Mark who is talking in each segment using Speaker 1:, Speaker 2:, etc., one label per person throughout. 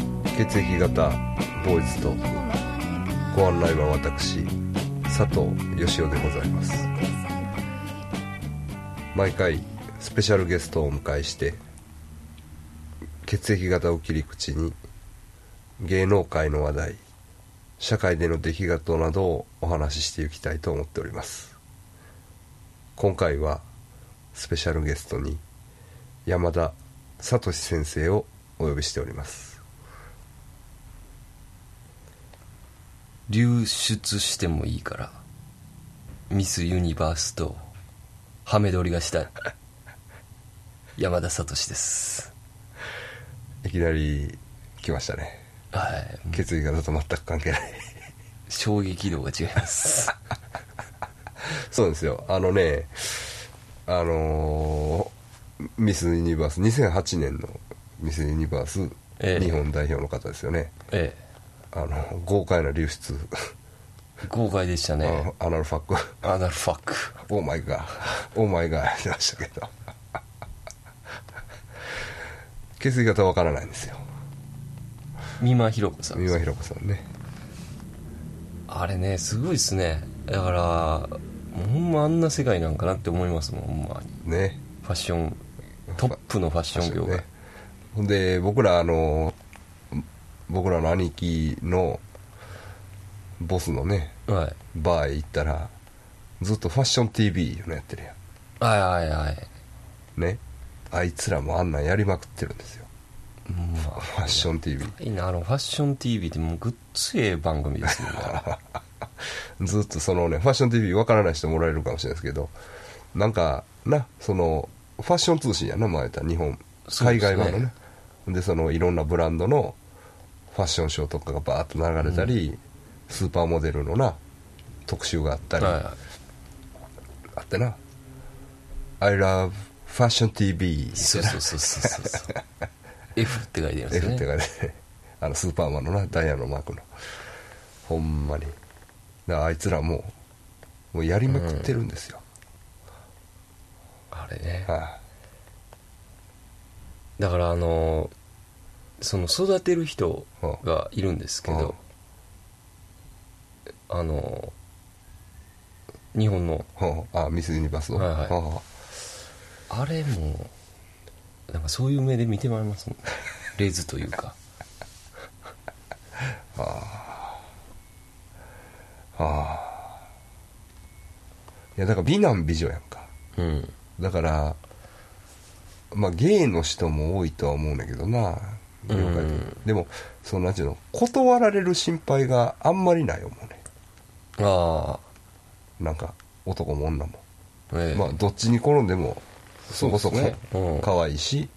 Speaker 1: 関型ボーイズトークご案内は私佐藤義雄でございます毎回スペシャルゲストをお迎えして血液型を切り口に芸能界の話題社会での出来事などをお話ししていきたいと思っております今回はスペシャルゲストに山田聡先生をお呼びしております
Speaker 2: 流出してもいいからミス・ユニバースとハメ撮りがしたい 山田聡です
Speaker 1: いきなり来ましたね
Speaker 2: はい
Speaker 1: 血液型と全く関係ない
Speaker 2: 衝撃度が違います
Speaker 1: そうですよあのねあのーミス・ユニバース2008年のミス・ユニバース
Speaker 2: ええ
Speaker 1: 日本代表の方ですよね、
Speaker 2: え
Speaker 1: あの豪快な流出、
Speaker 2: え豪快でしたね
Speaker 1: あのアナルファック
Speaker 2: アナルファック
Speaker 1: オーマイガーオーマイガーしてましたけど 血液型わからないんですよ
Speaker 2: 美馬ひろ子さん
Speaker 1: 三輪ひろ子さんね
Speaker 2: あれねすごいですねだからほんまあんな世界なんかなって思いますもんほんまに
Speaker 1: ね
Speaker 2: ファッショントップのファッション業が、
Speaker 1: ねほんで僕らあの僕らの兄貴のボスのね
Speaker 2: はい
Speaker 1: バーへ行ったらずっとファッション TV のやってるや
Speaker 2: はいはいはい
Speaker 1: んねあいつらもあんなんやりまくってるんですよファファッション TV
Speaker 2: いいなあのファッション TV ってもうグッズええ番組です よね
Speaker 1: ずっとそのねファッション TV わからない人もおられるかもしれないですけどなんかなそのファッション通信やな前言ったら日本、
Speaker 2: そうで
Speaker 1: 海
Speaker 2: すね
Speaker 1: 外版のねでそのいろんなブランドのファッションショーとかがバーッと流れたり、スーパーモデルのな特集があったり、
Speaker 2: は
Speaker 1: あってな「I love ファッション TV
Speaker 2: い」そうそうそうそうそう F って書いてるんで
Speaker 1: F
Speaker 2: す
Speaker 1: っ
Speaker 2: ね
Speaker 1: て書いてね あのスーパーマンのなダイヤのマークのほんまにだからあいつらもうもうやりまくってるんですよ、
Speaker 2: あれね
Speaker 1: は
Speaker 2: だからあのその育てる人がいるんですけどあの日本の
Speaker 1: い、ほ うあミス・ユニバースを、
Speaker 2: はいはい
Speaker 1: ほ
Speaker 2: あれもなんかそういう目で見てまい りますもんレズというか
Speaker 1: うああいやだから美男美女やんか
Speaker 2: うん
Speaker 1: だからまあ芸の人も多いとは思うんだけどな業界で,、
Speaker 2: うん
Speaker 1: でもそのなんていうの断られる心配があんまりない思うね
Speaker 2: あ
Speaker 1: なんか男も女も
Speaker 2: あええ
Speaker 1: まあどっちに転んでもそこそこ
Speaker 2: そうですねうん
Speaker 1: 可愛いし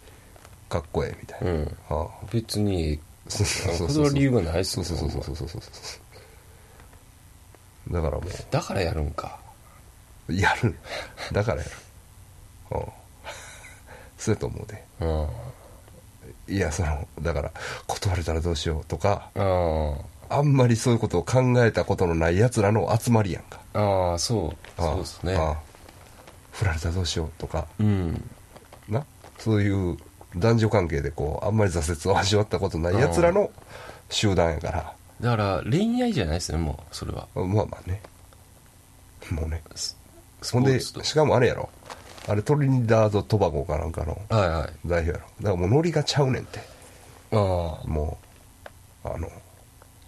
Speaker 1: かっこええみたいうな、
Speaker 2: ん
Speaker 1: ああ
Speaker 2: 別に
Speaker 1: そうそうそうそう
Speaker 2: これは理由がないっ
Speaker 1: そ
Speaker 2: すね
Speaker 1: うそうそうそうそうそうそうそうだからも
Speaker 2: だからやるんか
Speaker 1: うやるだからやるうんそうやと思うで
Speaker 2: うんあ
Speaker 1: いやそのだから断れたらどうしようとか
Speaker 2: あ
Speaker 1: あんまりそういうことを考えたことのないやつらの集まりやんか
Speaker 2: ああそう
Speaker 1: ああ
Speaker 2: そうですね
Speaker 1: ああ振られたらどうしようとか
Speaker 2: うん
Speaker 1: なそういう男女関係でこうあんまり挫折を味わったことないやつらの集団やから、
Speaker 2: だから恋愛じゃないですねもうそれは
Speaker 1: まあまあねもうね
Speaker 2: ススポ
Speaker 1: ほん
Speaker 2: ー
Speaker 1: で
Speaker 2: ツと
Speaker 1: しかもあれやろあれトリニダード・トバゴかなんかの
Speaker 2: はいはい
Speaker 1: 代表やろだからもうノリがちゃうねんって
Speaker 2: あ
Speaker 1: もうあの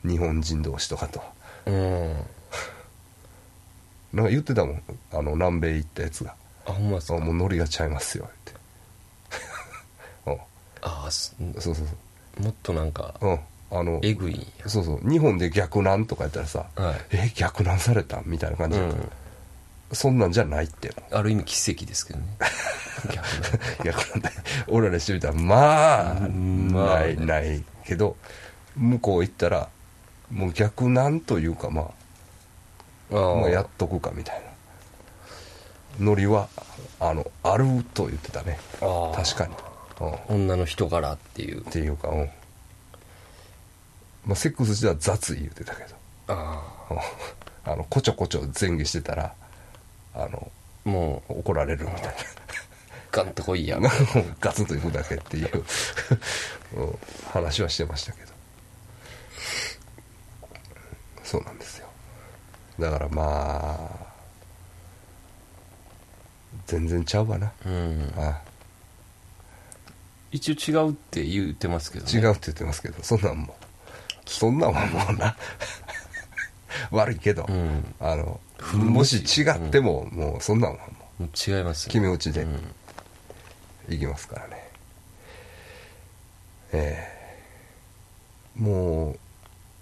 Speaker 1: 日本人同士とかと
Speaker 2: あうん
Speaker 1: なんか言ってたもんあの南米行ったやつが
Speaker 2: あほんま
Speaker 1: 「
Speaker 2: です
Speaker 1: あ
Speaker 2: か
Speaker 1: もうノリがちゃいますよ」って
Speaker 2: ああす
Speaker 1: うんそうそう
Speaker 2: もっとなんか
Speaker 1: そううんあの
Speaker 2: えぐいんや
Speaker 1: そうそう日本で逆なんとかやったらさ
Speaker 2: はい
Speaker 1: え逆なんされたみたいな感じ
Speaker 2: う
Speaker 1: だから、
Speaker 2: ん
Speaker 1: そんなんじゃないっていうの
Speaker 2: ある意味奇跡ですけどね逆に
Speaker 1: 逆なんで俺らにしてみたらまあ、
Speaker 2: うんまあ
Speaker 1: ないないけど向こう行ったらもう逆なんというかま
Speaker 2: あ
Speaker 1: あ
Speaker 2: あ
Speaker 1: まあやっとくかみたいなノリはあのあると言ってたね
Speaker 2: ああ
Speaker 1: 確かに、うん、っ
Speaker 2: 女の人柄っていう
Speaker 1: ていうかうんまあセックス自体は雑い言ってたけど
Speaker 2: あ
Speaker 1: うんあのこちょこちょ前下してたらあの
Speaker 2: あもう
Speaker 1: 怒られるみたいな
Speaker 2: ガンとこい や
Speaker 1: あのガツンと行くだけっていううん話はしてましたけどだからまあ全然ちゃうわな、
Speaker 2: うん
Speaker 1: あ
Speaker 2: 一応違うって言ってますけどね
Speaker 1: 違うって言ってますけどそんなんもそんなんはもうな 悪いけど、
Speaker 2: うん
Speaker 1: あの
Speaker 2: 古い
Speaker 1: もし違っても、もうそんなんはも
Speaker 2: もう違います
Speaker 1: う
Speaker 2: よ
Speaker 1: 決め打ちで
Speaker 2: うん
Speaker 1: いきますからね、ええもう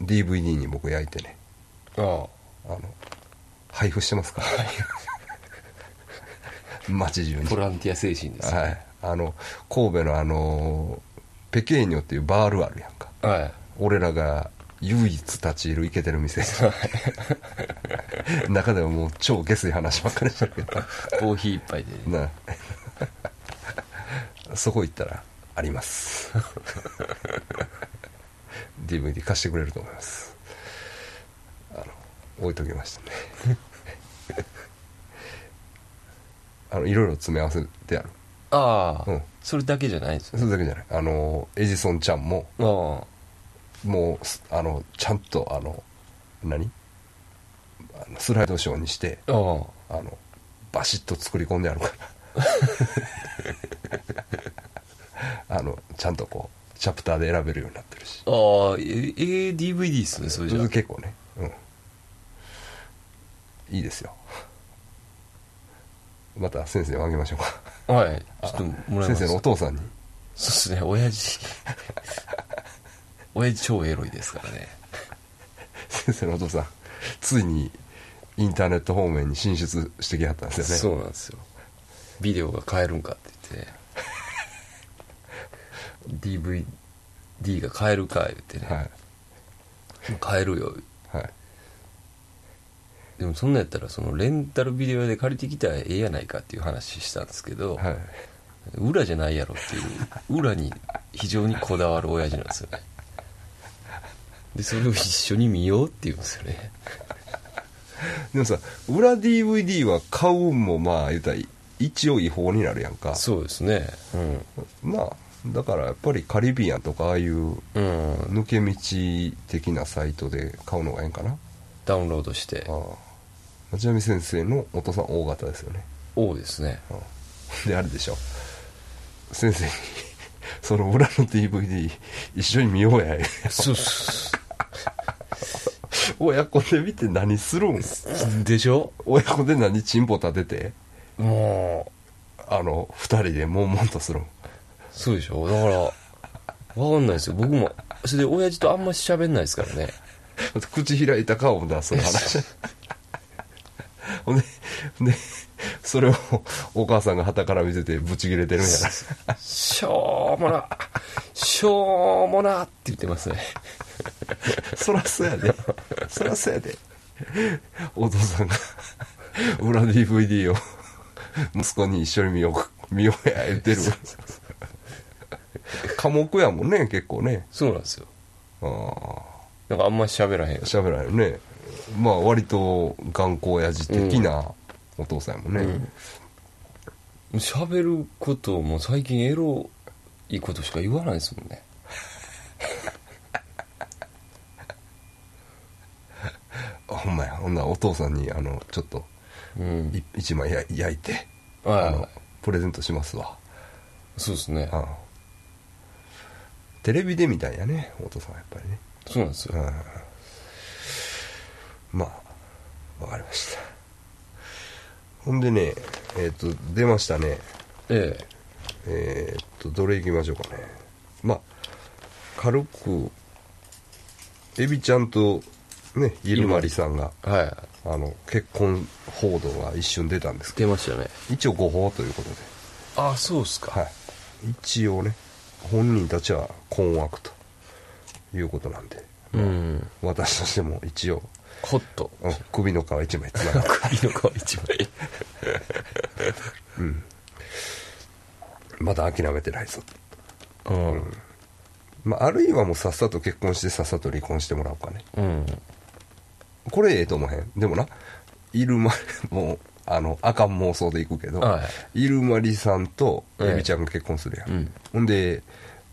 Speaker 1: DVD に僕焼いてね
Speaker 2: あ
Speaker 1: あの配布してますから、 街中
Speaker 2: あ
Speaker 1: に
Speaker 2: ボランティア精神ですよ
Speaker 1: はい、あの神戸のあのペケーニョっていうバールあるやんか
Speaker 2: は
Speaker 1: 俺らが唯一立ち入るイケてる店 中でももう超下水話ばっかりしてるけ
Speaker 2: いコーヒー一杯で
Speaker 1: どなそこ行ったらあります DVD 貸してくれると思いますあの置いときましたねあのいろいろ詰め合わせてある
Speaker 2: ああ、
Speaker 1: うん
Speaker 2: それだけじゃないです
Speaker 1: そ
Speaker 2: ね
Speaker 1: れだけじゃないあのエジソンちゃんも
Speaker 2: ああ
Speaker 1: もうすあのちゃんとあの何あのスライドショーにして
Speaker 2: ああ
Speaker 1: あのバシッと作り込んであるから あのちゃんとこうチャプターで選べるようになってるし
Speaker 2: ああええ DVD っすねそれじゃ
Speaker 1: 結構ねうんいいですよまた先生にあげましょうか
Speaker 2: はいちょっともらいま
Speaker 1: 先
Speaker 2: す
Speaker 1: 生のお父さんに
Speaker 2: そうっすね親父 親父超エロいですからね
Speaker 1: 先生のお父さんついにインターネット方面に進出してきはったんですよね
Speaker 2: そうなんですよビデオが買えるんかって 言って DVD が買えるか言ってね、
Speaker 1: はい
Speaker 2: 買えるよ
Speaker 1: はい
Speaker 2: でもそんなんやったらそのレンタルビデオ屋で借りてきたらええやないかっていう話したんですけど、
Speaker 1: はい
Speaker 2: 裏じゃないやろっていう裏に非常にこだわる親父なんですよねでそれを一緒に見ようって言うんですよね
Speaker 1: でもさ裏 DVD は買うんもまあ言うたら一応違法になるやんか
Speaker 2: そうですねう、
Speaker 1: なあだからやっぱりカリビアンとかああいうん
Speaker 2: うん、
Speaker 1: 抜け道的なサイトで買うのがええんかな
Speaker 2: ダウンロードして
Speaker 1: ああちなみに先生のお父さん大型ですよね
Speaker 2: O ですね
Speaker 1: である でしょ先生に その裏の DVD 一緒に見ようや
Speaker 2: そうっす
Speaker 1: 親子で見て何するん
Speaker 2: でしょ
Speaker 1: 親子で何チンポ立てて
Speaker 2: も
Speaker 1: あの二人で悶々とするん
Speaker 2: うそうでしょだからわかんないですよ僕もそれで親父とあんま喋んないですからね
Speaker 1: 口開いた顔を出す話ほんでほんでそれをお母さんが傍から見ててブチギレてるんやな
Speaker 2: しょうもなしょうもなって言ってますね
Speaker 1: そらそうやでそらそうやでお父さんが裏 DVD を息子に一緒に見よう見ようや言ってる寡黙やもんね結構ね
Speaker 2: そうなんですよ
Speaker 1: ああ
Speaker 2: なんかあんま喋らへん
Speaker 1: 喋らないよねまあ割と頑固親父的なお父さんやもんね、
Speaker 2: うん喋ることも最近エロいことしか言わないですもんね
Speaker 1: あほんまやほんならお父さんにあのちょっと
Speaker 2: うん
Speaker 1: い一枚や焼いて
Speaker 2: はい
Speaker 1: あのプレゼントしますわ
Speaker 2: そうですね
Speaker 1: あテレビでみたいやねお父さんはやっぱりね
Speaker 2: そうなんですよ
Speaker 1: まあわかりましたほんでねえっ、と出ましたね
Speaker 2: ええ
Speaker 1: えーっとどれいきましょうかねまあ軽くエビちゃんとねイルマリさんが
Speaker 2: は
Speaker 1: あの結婚報道が一瞬出たんです
Speaker 2: い
Speaker 1: け
Speaker 2: 出ましたね
Speaker 1: ど一応誤報ということで、
Speaker 2: ああそうっすか、
Speaker 1: はい、一応ね本人たちは困惑ということなんで、
Speaker 2: うん
Speaker 1: 私としても一応
Speaker 2: ホット
Speaker 1: うん首の皮一枚つながる
Speaker 2: 首の皮一枚
Speaker 1: まだ諦めてないぞ
Speaker 2: うん
Speaker 1: まあ、あるいはもうさっさと結婚してさっさと離婚してもらおうかね
Speaker 2: うん
Speaker 1: これええと思わへんでもなイルマもうあのあかん妄想でいくけど、
Speaker 2: は
Speaker 1: イルマリさんと
Speaker 2: ええ
Speaker 1: エビちゃんが結婚するやん、
Speaker 2: うん
Speaker 1: ほんで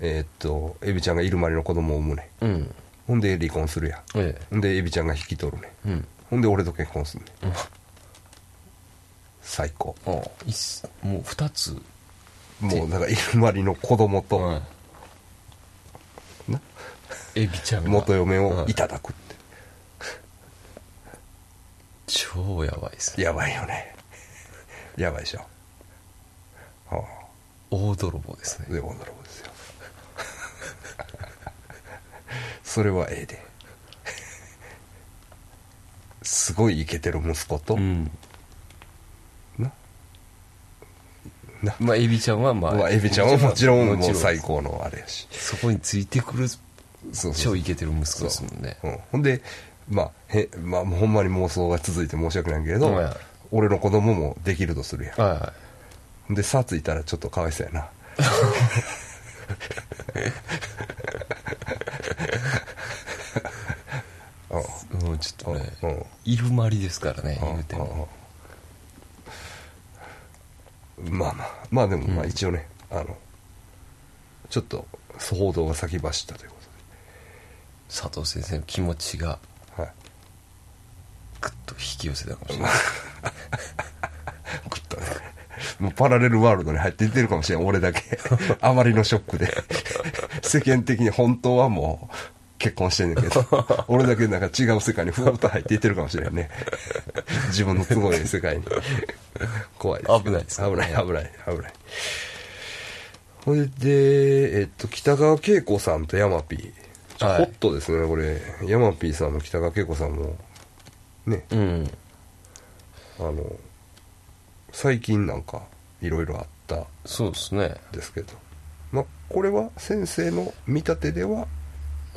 Speaker 1: えーっとエビちゃんがイルマリの子供を産むね
Speaker 2: うん
Speaker 1: ほんで離婚するやん
Speaker 2: え
Speaker 1: ほんでエビちゃんが引き取るね
Speaker 2: えうん
Speaker 1: ほんで俺と結婚すんねん最高
Speaker 2: ああいっすもう2つ
Speaker 1: もうなんかイルマリの子供と、
Speaker 2: なエビちゃんが
Speaker 1: 元嫁をい
Speaker 2: いた
Speaker 1: ただくって、
Speaker 2: 超やばいっすね
Speaker 1: やばいよねやばいでしょはあ
Speaker 2: 大泥棒ですね
Speaker 1: で女の子ですよそれはええですごいイケてる息子と、
Speaker 2: うん
Speaker 1: なな
Speaker 2: まあエビちゃんはまあ、
Speaker 1: まあ、エビちゃんはもちろん
Speaker 2: もち
Speaker 1: もう
Speaker 2: ろ
Speaker 1: ん最高のあれやし
Speaker 2: そこについてくる
Speaker 1: そうそう
Speaker 2: 超イケてる息子ですもんね
Speaker 1: うん、ほんでまあへ、まあ、もうほんまに妄想が続いて申し訳ないけれど、
Speaker 2: はい
Speaker 1: 俺の子供もできるとするやん
Speaker 2: はいは
Speaker 1: ほんで差ついたらちょっとかわいそうや ない
Speaker 2: もうちょっとね
Speaker 1: うんうん
Speaker 2: イルマリですからね
Speaker 1: うん
Speaker 2: 言うても
Speaker 1: うんまあまあまあでもまあ一応ね、あのちょっと報道が先走ったというこ
Speaker 2: 佐藤先生の気持ちが
Speaker 1: とで、はい、
Speaker 2: グッと引き寄せたかもしれない
Speaker 1: 食ったねもうパラレルワールドに入っていってるかもしれん俺だけ あまりのショックで世間的に本当はもう結婚してんねんけ ど俺だけなんか違う世界にふわっと入っていってるかもしれんね自分の都合のいい世界に怖いです
Speaker 2: 危ないですね
Speaker 1: 危ない危ない危ないほいで、えっと、北川景子さんと山 P ちょ
Speaker 2: はい
Speaker 1: ホットですね、これ山 P さんも北川景子さんもね
Speaker 2: うん
Speaker 1: あの最近なんかいろいろあったん
Speaker 2: そうですね
Speaker 1: ですけど、まあ、これは先生の見立てでは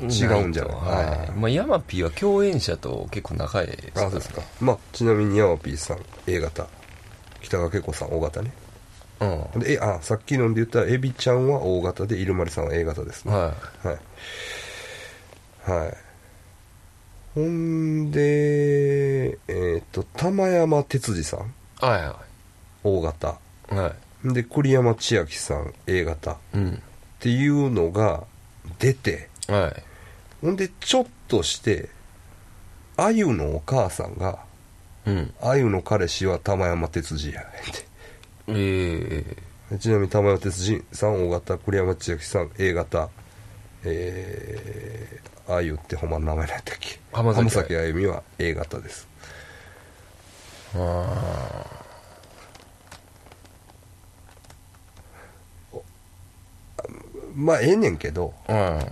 Speaker 1: 違うんじゃない
Speaker 2: は
Speaker 1: はい
Speaker 2: いまあヤマピーは共演者と結構仲いいです
Speaker 1: あそうですか、まあ、ちなみにヤマピーさん A 型北川景子さん O 型ね
Speaker 2: うん
Speaker 1: でえあさっきので言ったらエビちゃんは O 型でイルマリさんは A 型ですね
Speaker 2: はい
Speaker 1: はい、はい、ほんでえっと玉山哲司さん
Speaker 2: いは
Speaker 1: O 型
Speaker 2: いは
Speaker 1: で栗山千明さん A 型
Speaker 2: いうん
Speaker 1: っていうのが出て
Speaker 2: はい
Speaker 1: ほんでちょっとしてあゆのお母さんが
Speaker 2: うん
Speaker 1: 「あゆの彼氏は玉山哲司や」っ
Speaker 2: ええ
Speaker 1: てちなみに玉山哲司さん O 型栗山千明さん A 型えー、あゆってほんまの名前なんやったっけ
Speaker 2: 浜崎あゆ
Speaker 1: あゆみは A 型です
Speaker 2: あ
Speaker 1: まあええねんけど
Speaker 2: あ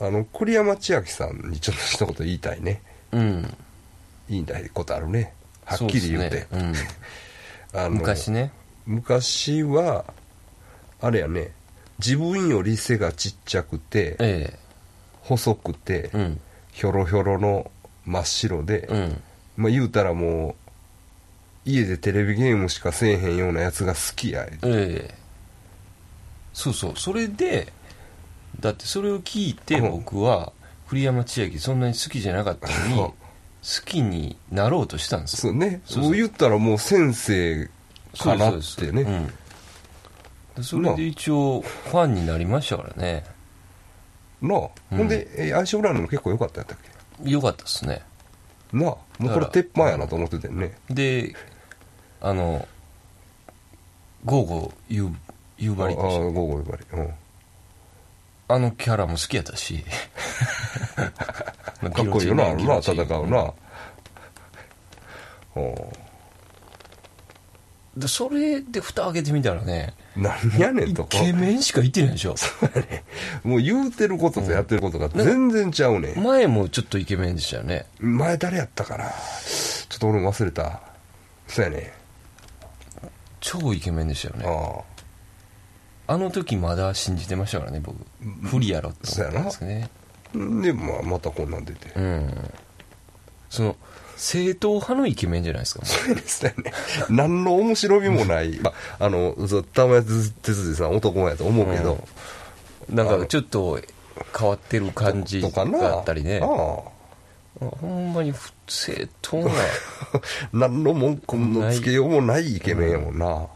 Speaker 1: あの栗山千明さんにちょっと一言言いたいね
Speaker 2: うん
Speaker 1: 言いたいことあるねはっ
Speaker 2: そう
Speaker 1: き
Speaker 2: で
Speaker 1: り
Speaker 2: す
Speaker 1: 言うて
Speaker 2: ねうん
Speaker 1: あの
Speaker 2: 昔ね
Speaker 1: 昔はあれやね自分より背がちっちゃくて
Speaker 2: え
Speaker 1: 細くて、
Speaker 2: えうん
Speaker 1: ひょろひょろの真っ白で、
Speaker 2: うん
Speaker 1: まあ言うたらもう家でテレビゲームしかせえへんようなやつが好きや、
Speaker 2: ええそうそうそれでだってそれを聞いて
Speaker 1: うん
Speaker 2: 僕は栗山千明そんなに好きじゃなかったのに
Speaker 1: うん
Speaker 2: 好きになろうとしたんです
Speaker 1: そ
Speaker 2: よ
Speaker 1: うね
Speaker 2: そ
Speaker 1: そうう
Speaker 2: そう
Speaker 1: 言ったらもう先生かなっ
Speaker 2: そう
Speaker 1: て
Speaker 2: です
Speaker 1: ね
Speaker 2: うんでそれで一応ファンになりましたからね
Speaker 1: なあ、
Speaker 2: うん
Speaker 1: ほんでえ相性占いも結構良かったやったっ
Speaker 2: よかったですね
Speaker 1: けなあもうこれ鉄板やなと思っててんね
Speaker 2: であのゴーゴー夕夕
Speaker 1: ああ
Speaker 2: 張でしょ
Speaker 1: ゴーゴーバリうん
Speaker 2: あのキャラも好きやっ たし
Speaker 1: かっこいいよな、あ
Speaker 2: ギ
Speaker 1: のな、
Speaker 2: ロ
Speaker 1: 戦
Speaker 2: チン
Speaker 1: うな。お
Speaker 2: でそれで蓋開けてみたらね
Speaker 1: なんやねん
Speaker 2: イ
Speaker 1: とか。
Speaker 2: ケメンしか言ってない でしょ
Speaker 1: もう言うてることとやってることが全然ちゃうねん。
Speaker 2: 前もちょっとイケメンでしたよね
Speaker 1: 前誰やったかなちょっと俺も忘れた。そうやね。
Speaker 2: 超イケメンでしたよね
Speaker 1: ああ。
Speaker 2: あの時まだ信じてましたからね僕不利やろって思ったんですけどね
Speaker 1: で、まあ、またこんなん出て
Speaker 2: う。んその正統派のイケメンじゃないですかも
Speaker 1: そうですね。何の面白みもない。まあ、あの、ず玉谷哲司さん男前やと思うけど。
Speaker 2: うなんかちょっと変わってる感じ
Speaker 1: とかな。
Speaker 2: があったりね
Speaker 1: ああ。
Speaker 2: ほんまに不正当な
Speaker 1: 何の文句のつけようもないイケメンやもんな。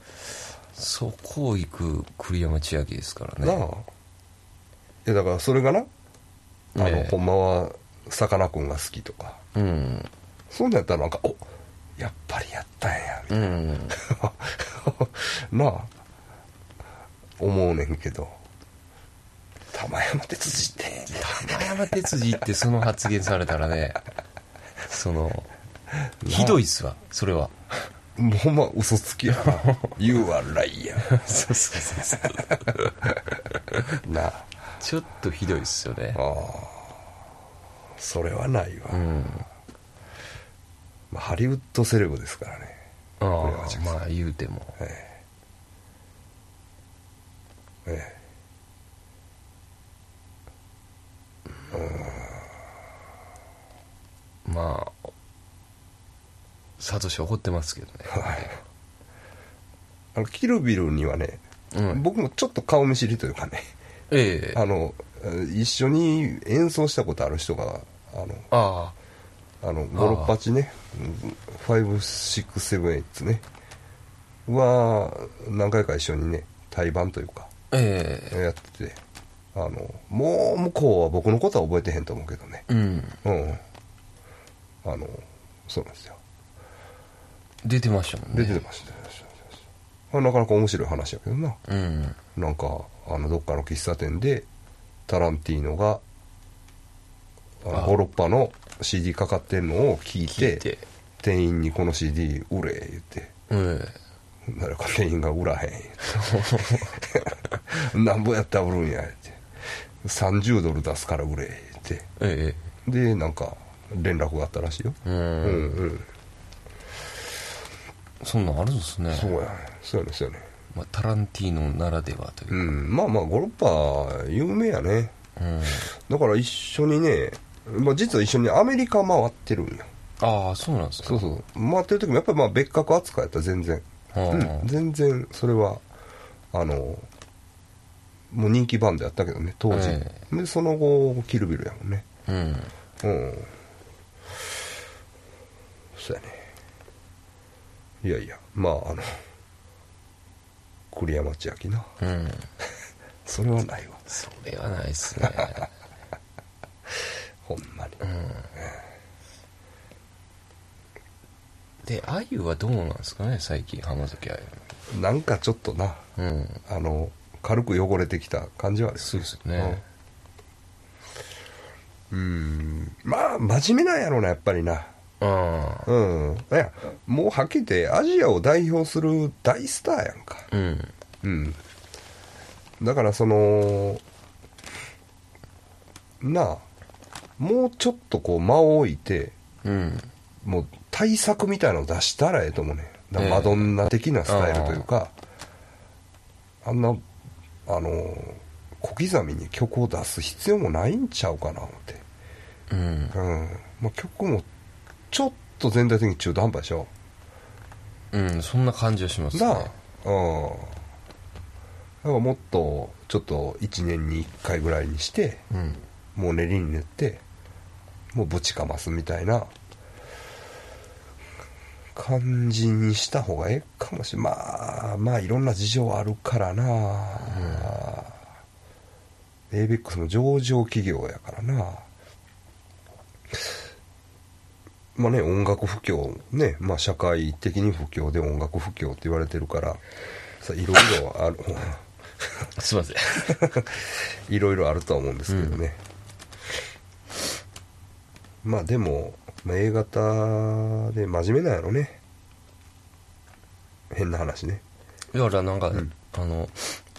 Speaker 2: そこを行く栗山千明ですから
Speaker 1: なあ
Speaker 2: ね
Speaker 1: いやだからそれがなあの、
Speaker 2: ええ
Speaker 1: ほんまはさかなクンが好きとか
Speaker 2: うん
Speaker 1: そんなんやったらなんかおやっぱりやったんや みた
Speaker 2: う
Speaker 1: い
Speaker 2: ん
Speaker 1: な、なあ思うねんけど玉山哲司って
Speaker 2: 玉山哲司ってその発言されたらねそのひどいっすわそれは
Speaker 1: もうほんま嘘つきや な You are liar
Speaker 2: そうそうそうそう
Speaker 1: なあ
Speaker 2: ちょっとひどいっすよね
Speaker 1: ああそれはないわ、
Speaker 2: うん
Speaker 1: まあ、ハリウッドセレブですからね
Speaker 2: ああ
Speaker 1: これはジャックさん
Speaker 2: まあ言うても
Speaker 1: えええ
Speaker 2: まあサトシ怒ってますけどね
Speaker 1: えはいあのキルビルにはね、
Speaker 2: うん
Speaker 1: 僕もちょっと顔見知りというかね
Speaker 2: ええ
Speaker 1: あの一緒に演奏したことある人があの
Speaker 2: あ
Speaker 1: あの568ね5678ねは何回か一緒にね対バンというか
Speaker 2: あええ
Speaker 1: やっててあのもう向こうは僕のことは覚えてへんと思うけどね
Speaker 2: うん
Speaker 1: うんあのそうなんですよ
Speaker 2: 出てましたもんね
Speaker 1: 出てました出てました出てましたあなかなか面白い話やけどな
Speaker 2: うん
Speaker 1: なんかあのどっかの喫茶店でタランティーノがあの
Speaker 2: あ
Speaker 1: ヨーロッパの CD かかってんのを聞いて
Speaker 2: 聞いて
Speaker 1: 店員に「この CD 売れ」言って
Speaker 2: え
Speaker 1: 誰か店員が売らへん言っ て「なんぼやったら売るんや」って30ドル出すから売れ言って
Speaker 2: ええ
Speaker 1: でなんか連絡があったらしいよ
Speaker 2: えう
Speaker 1: うん
Speaker 2: ん、
Speaker 1: うん
Speaker 2: そんなんあるんですね
Speaker 1: そうやねそうやねそうやね
Speaker 2: まあ、タランティーノならではというう、
Speaker 1: んまあまあゴロッパ有名やね
Speaker 2: うん
Speaker 1: だから一緒にね、まあ、実は一緒にアメリカ回ってるんよ
Speaker 2: ああそうなんですか
Speaker 1: そうそう回ってる時もやっぱりまあ別格扱いやった全然、
Speaker 2: ああ
Speaker 1: うん、全然それはあのもう人気バンドやったけどね当時、
Speaker 2: え
Speaker 1: でその後キルビルやもんね
Speaker 2: うん
Speaker 1: うんそうやねいやいやまああの栗山千明な
Speaker 2: うん
Speaker 1: それはないわ
Speaker 2: それはないです ね
Speaker 1: ほんまに、
Speaker 2: うんであゆはどうなんですかね最近浜崎あ
Speaker 1: なんかちょっとな
Speaker 2: ゆうん
Speaker 1: あの軽く汚れてきた感じはある
Speaker 2: そうですよね
Speaker 1: うんうんまあ真面目なんやろうなやっぱりな
Speaker 2: ああ
Speaker 1: うんいやもうはっきり言ってアジアを代表する大スターやんか
Speaker 2: うん
Speaker 1: うんだからそのなあもうちょっとこう間を置いて
Speaker 2: うん
Speaker 1: もう対策みたいなのを出したらええと思うねだからマドンナ的なスタイルというか、あんなあのー小刻みに曲を出す必要もないんちゃうかな思って、
Speaker 2: うん
Speaker 1: うんまあ、曲もちょっと全体的に中途半端でしょ
Speaker 2: うんそんな感じはします
Speaker 1: なあ
Speaker 2: ね
Speaker 1: うんだからもっとちょっと1年に1回ぐらいにして
Speaker 2: うん
Speaker 1: もう練りに練ってもうぶちかますみたいな感じにした方がええかもしれんまあまあいろんな事情あるからな、エイベックスの上場企業やからなまあね音楽不況ねまあ社会的に不況で音楽不況って言われてるからさいろいろある
Speaker 2: すいません
Speaker 1: いろいろあるとは思うんですけどね、まあでも、まあ、A 型で真面目なんやろね変な話ね
Speaker 2: だからなんか、
Speaker 1: うん
Speaker 2: あの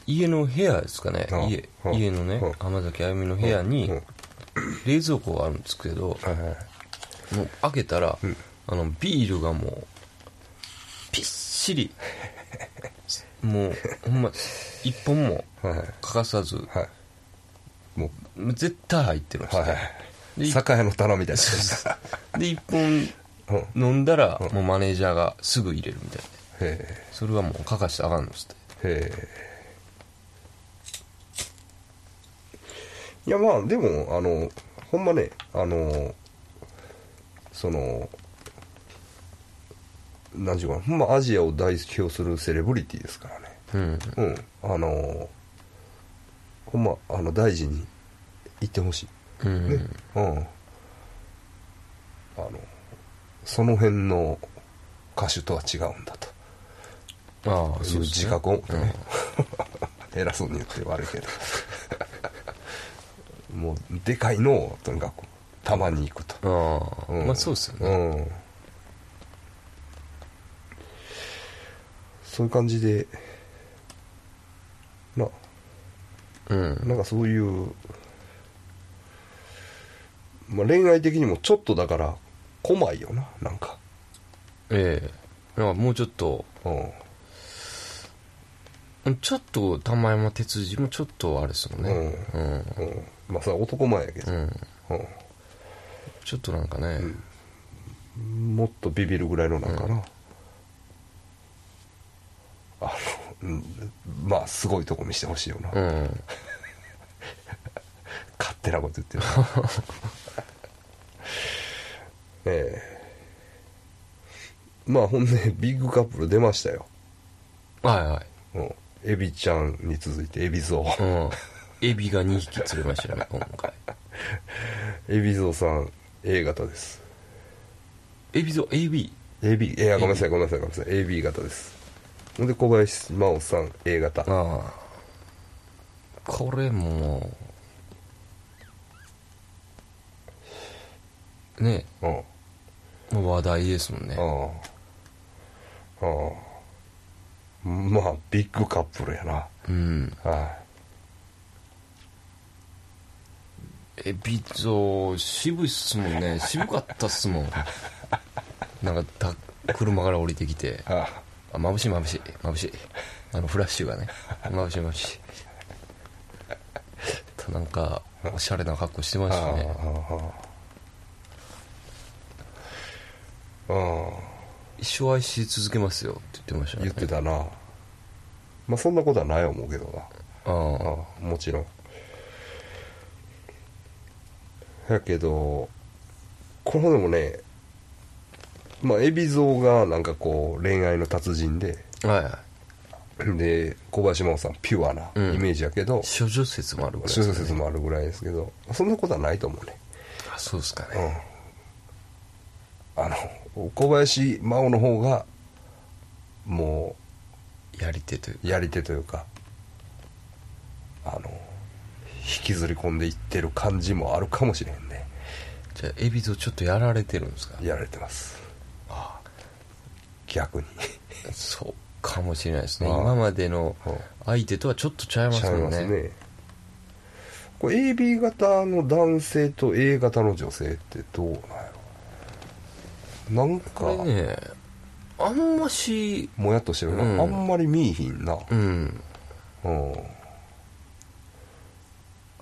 Speaker 2: 家の部屋ですかね
Speaker 1: ああ
Speaker 2: 家
Speaker 1: ああ
Speaker 2: 家のね
Speaker 1: ああ
Speaker 2: 浜崎あゆみの部屋に
Speaker 1: うん
Speaker 2: 冷蔵庫があるんですけど
Speaker 1: はいはい
Speaker 2: もう開けたら、
Speaker 1: うん
Speaker 2: あのビールがもうぴっ しりもうほんま一本も
Speaker 1: はいはい
Speaker 2: 欠かさず
Speaker 1: はいも
Speaker 2: 絶対入ってまし
Speaker 1: う
Speaker 2: た、
Speaker 1: はいは
Speaker 2: で
Speaker 1: い
Speaker 2: い
Speaker 1: 酒屋の棚みたいな
Speaker 2: そうそうで一本
Speaker 1: うんへ
Speaker 2: 飲んだら、
Speaker 1: うん
Speaker 2: もうマネージャーがすぐ入れるみたいな
Speaker 1: え
Speaker 2: それはもう欠かしてあかんのっつって
Speaker 1: へえいやまあでもあのほんまねあのその何ていうかなほんまアジアを代表するセレブリティですからね
Speaker 2: うん
Speaker 1: うんあのほんまあの大事に言ってほしい
Speaker 2: うん、
Speaker 1: ねうんあのその辺の歌手とは違うんだと
Speaker 2: ああ
Speaker 1: いう自覚を持って
Speaker 2: うん
Speaker 1: ね偉そうに言って悪いけどもうでかいのをとにかくたまに行くと、
Speaker 2: ああ、
Speaker 1: ん
Speaker 2: まあそうですよね、
Speaker 1: うんそういう感じでな
Speaker 2: うん
Speaker 1: なんかそういう、まあ、恋愛的にもちょっとだから怖いよななんか
Speaker 2: ええなんかもうちょっと
Speaker 1: うん
Speaker 2: ちょっと玉山哲司もちょっとあれですもんねうん、
Speaker 1: うんまあそれは男前やけ
Speaker 2: う
Speaker 1: ど、
Speaker 2: ん
Speaker 1: うん
Speaker 2: ちょっとなんかね、
Speaker 1: もっとビビるぐらいのなんかな、あの、うん、まあすごいとこ見せてほしいよな、
Speaker 2: うん
Speaker 1: 勝手なこと言ってる ええまあほんでビッグカップル出ましたよ、
Speaker 2: はい
Speaker 1: う
Speaker 2: はい
Speaker 1: ん、エビちゃんに続いてエビゾ
Speaker 2: う
Speaker 1: ウ
Speaker 2: んエビが2匹釣れましたね今回
Speaker 1: エビゾウさん A 型です
Speaker 2: エビぞエビ
Speaker 1: AB いやごめんなさいごめんなさいごめんなさい AB 型ですほんで小林真央さん A 型
Speaker 2: ああこれもうね
Speaker 1: うん
Speaker 2: もう話題ですもんね
Speaker 1: ああああまあビッグカップルやな
Speaker 2: うん
Speaker 1: は
Speaker 2: エビゾ渋いっすも んね渋かったっすもんなんかた車から降りてきて
Speaker 1: いあ
Speaker 2: あ眩しい眩しい眩しいあのフラッシュがね眩しい眩しいたなんかおしゃれな格好して
Speaker 1: あ
Speaker 2: ま
Speaker 1: あ
Speaker 2: したね
Speaker 1: ああああ
Speaker 2: 一生愛し続けますよって言ってましたね
Speaker 1: 言ってたなまあそんなことはない思うけどな
Speaker 2: ああ
Speaker 1: ああもちろんやけどこのでもねまあ海老蔵がなんかこう恋愛の達人で
Speaker 2: はいは
Speaker 1: で小林真央さんピュアな
Speaker 2: うん
Speaker 1: イメージやけど、
Speaker 2: い諸女説もあるぐらい
Speaker 1: 諸
Speaker 2: ですね
Speaker 1: 説もあるぐらいですけどそんなことはないと思うね
Speaker 2: あそうですかね
Speaker 1: うんあの小林真央の方がも
Speaker 2: やり手という
Speaker 1: うやり手というかあの引きずり込んでいってる感じもあるかもしれへんね
Speaker 2: じゃあエビゾちょっとやられてるんですか
Speaker 1: やられてます
Speaker 2: あ
Speaker 1: 逆に
Speaker 2: あそうかもしれないですね
Speaker 1: ああ
Speaker 2: 今までの
Speaker 1: うん
Speaker 2: 相手とはちょっとちゃいます
Speaker 1: ちゃい
Speaker 2: も
Speaker 1: ま
Speaker 2: ん
Speaker 1: す
Speaker 2: ね
Speaker 1: ねこれ AB 型の男性と A 型の女性ってどうなんやろなんか
Speaker 2: これねあんまし
Speaker 1: もやっとしてるな、
Speaker 2: うん
Speaker 1: あんまり見いひんな
Speaker 2: うん
Speaker 1: うん、
Speaker 2: あ